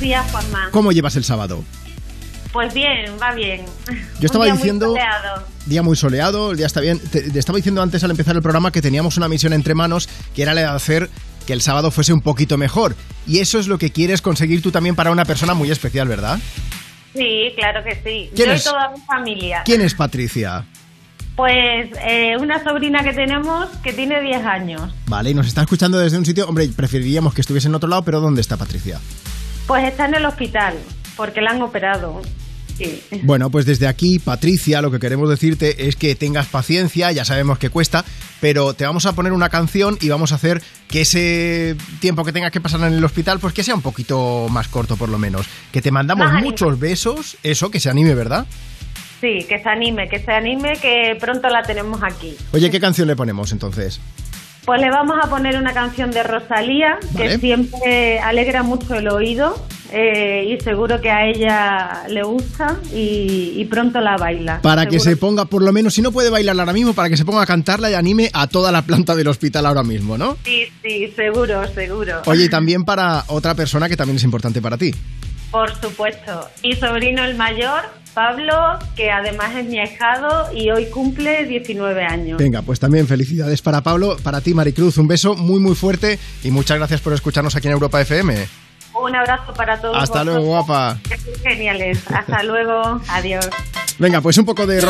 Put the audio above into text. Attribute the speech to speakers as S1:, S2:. S1: días, Juanma.
S2: ¿Cómo llevas el sábado?
S1: Pues bien, va bien.
S2: Yo estaba
S1: Un día
S2: diciendo-
S1: Muy soleado.
S2: Día muy soleado, el día está bien. Te, te estaba diciendo antes al empezar el programa que teníamos una misión entre manos que era la de hacer que el sábado fuese un poquito mejor. Y eso es lo que quieres conseguir tú también para una persona muy especial, ¿verdad?
S1: sí, claro que sí.
S2: ¿Quién
S1: Yo
S2: es?
S1: y toda mi familia.
S2: ¿Quién es Patricia?
S1: Pues eh, una sobrina que tenemos que tiene 10 años.
S2: Vale, y nos está escuchando desde un sitio. Hombre, preferiríamos que estuviese en otro lado, pero ¿dónde está Patricia?
S1: Pues está en el hospital porque la han operado. Sí.
S2: Bueno, pues desde aquí, Patricia, lo que queremos decirte es que tengas paciencia, ya sabemos que cuesta, pero te vamos a poner una canción y vamos a hacer que ese tiempo que tengas que pasar en el hospital, pues que sea un poquito más corto por lo menos. Que te mandamos
S1: Más ánimo.
S2: muchos besos, eso, que se anime, ¿verdad?
S1: Sí, que se anime, que se anime, que pronto la tenemos aquí.
S2: Oye, ¿qué canción le ponemos entonces?
S1: Pues le vamos a poner una canción de Rosalía,
S2: Vale.
S1: que siempre alegra mucho el oído eh, y seguro que a ella le gusta y, y pronto la baila.
S2: Para que se
S1: Seguro.
S2: ponga, por lo menos, si no puede bailar ahora mismo, para que se ponga a cantarla y anime a toda la planta del hospital ahora mismo, ¿no?
S1: Sí, sí, seguro, seguro.
S2: Oye, y también para otra persona que también es importante para ti.
S1: Por supuesto. Y sobrino el mayor, Pablo, que además es mi ahijado y hoy cumple 19 años.
S2: Venga, pues también felicidades para Pablo, para ti Maricruz, un beso muy muy fuerte y muchas gracias por escucharnos aquí en Europa FM.
S1: Un abrazo para todos.
S2: Hasta luego,
S1: vosotros,
S2: guapa.
S1: que sois Geniales. Hasta luego. Adiós.
S2: Venga, pues un poco de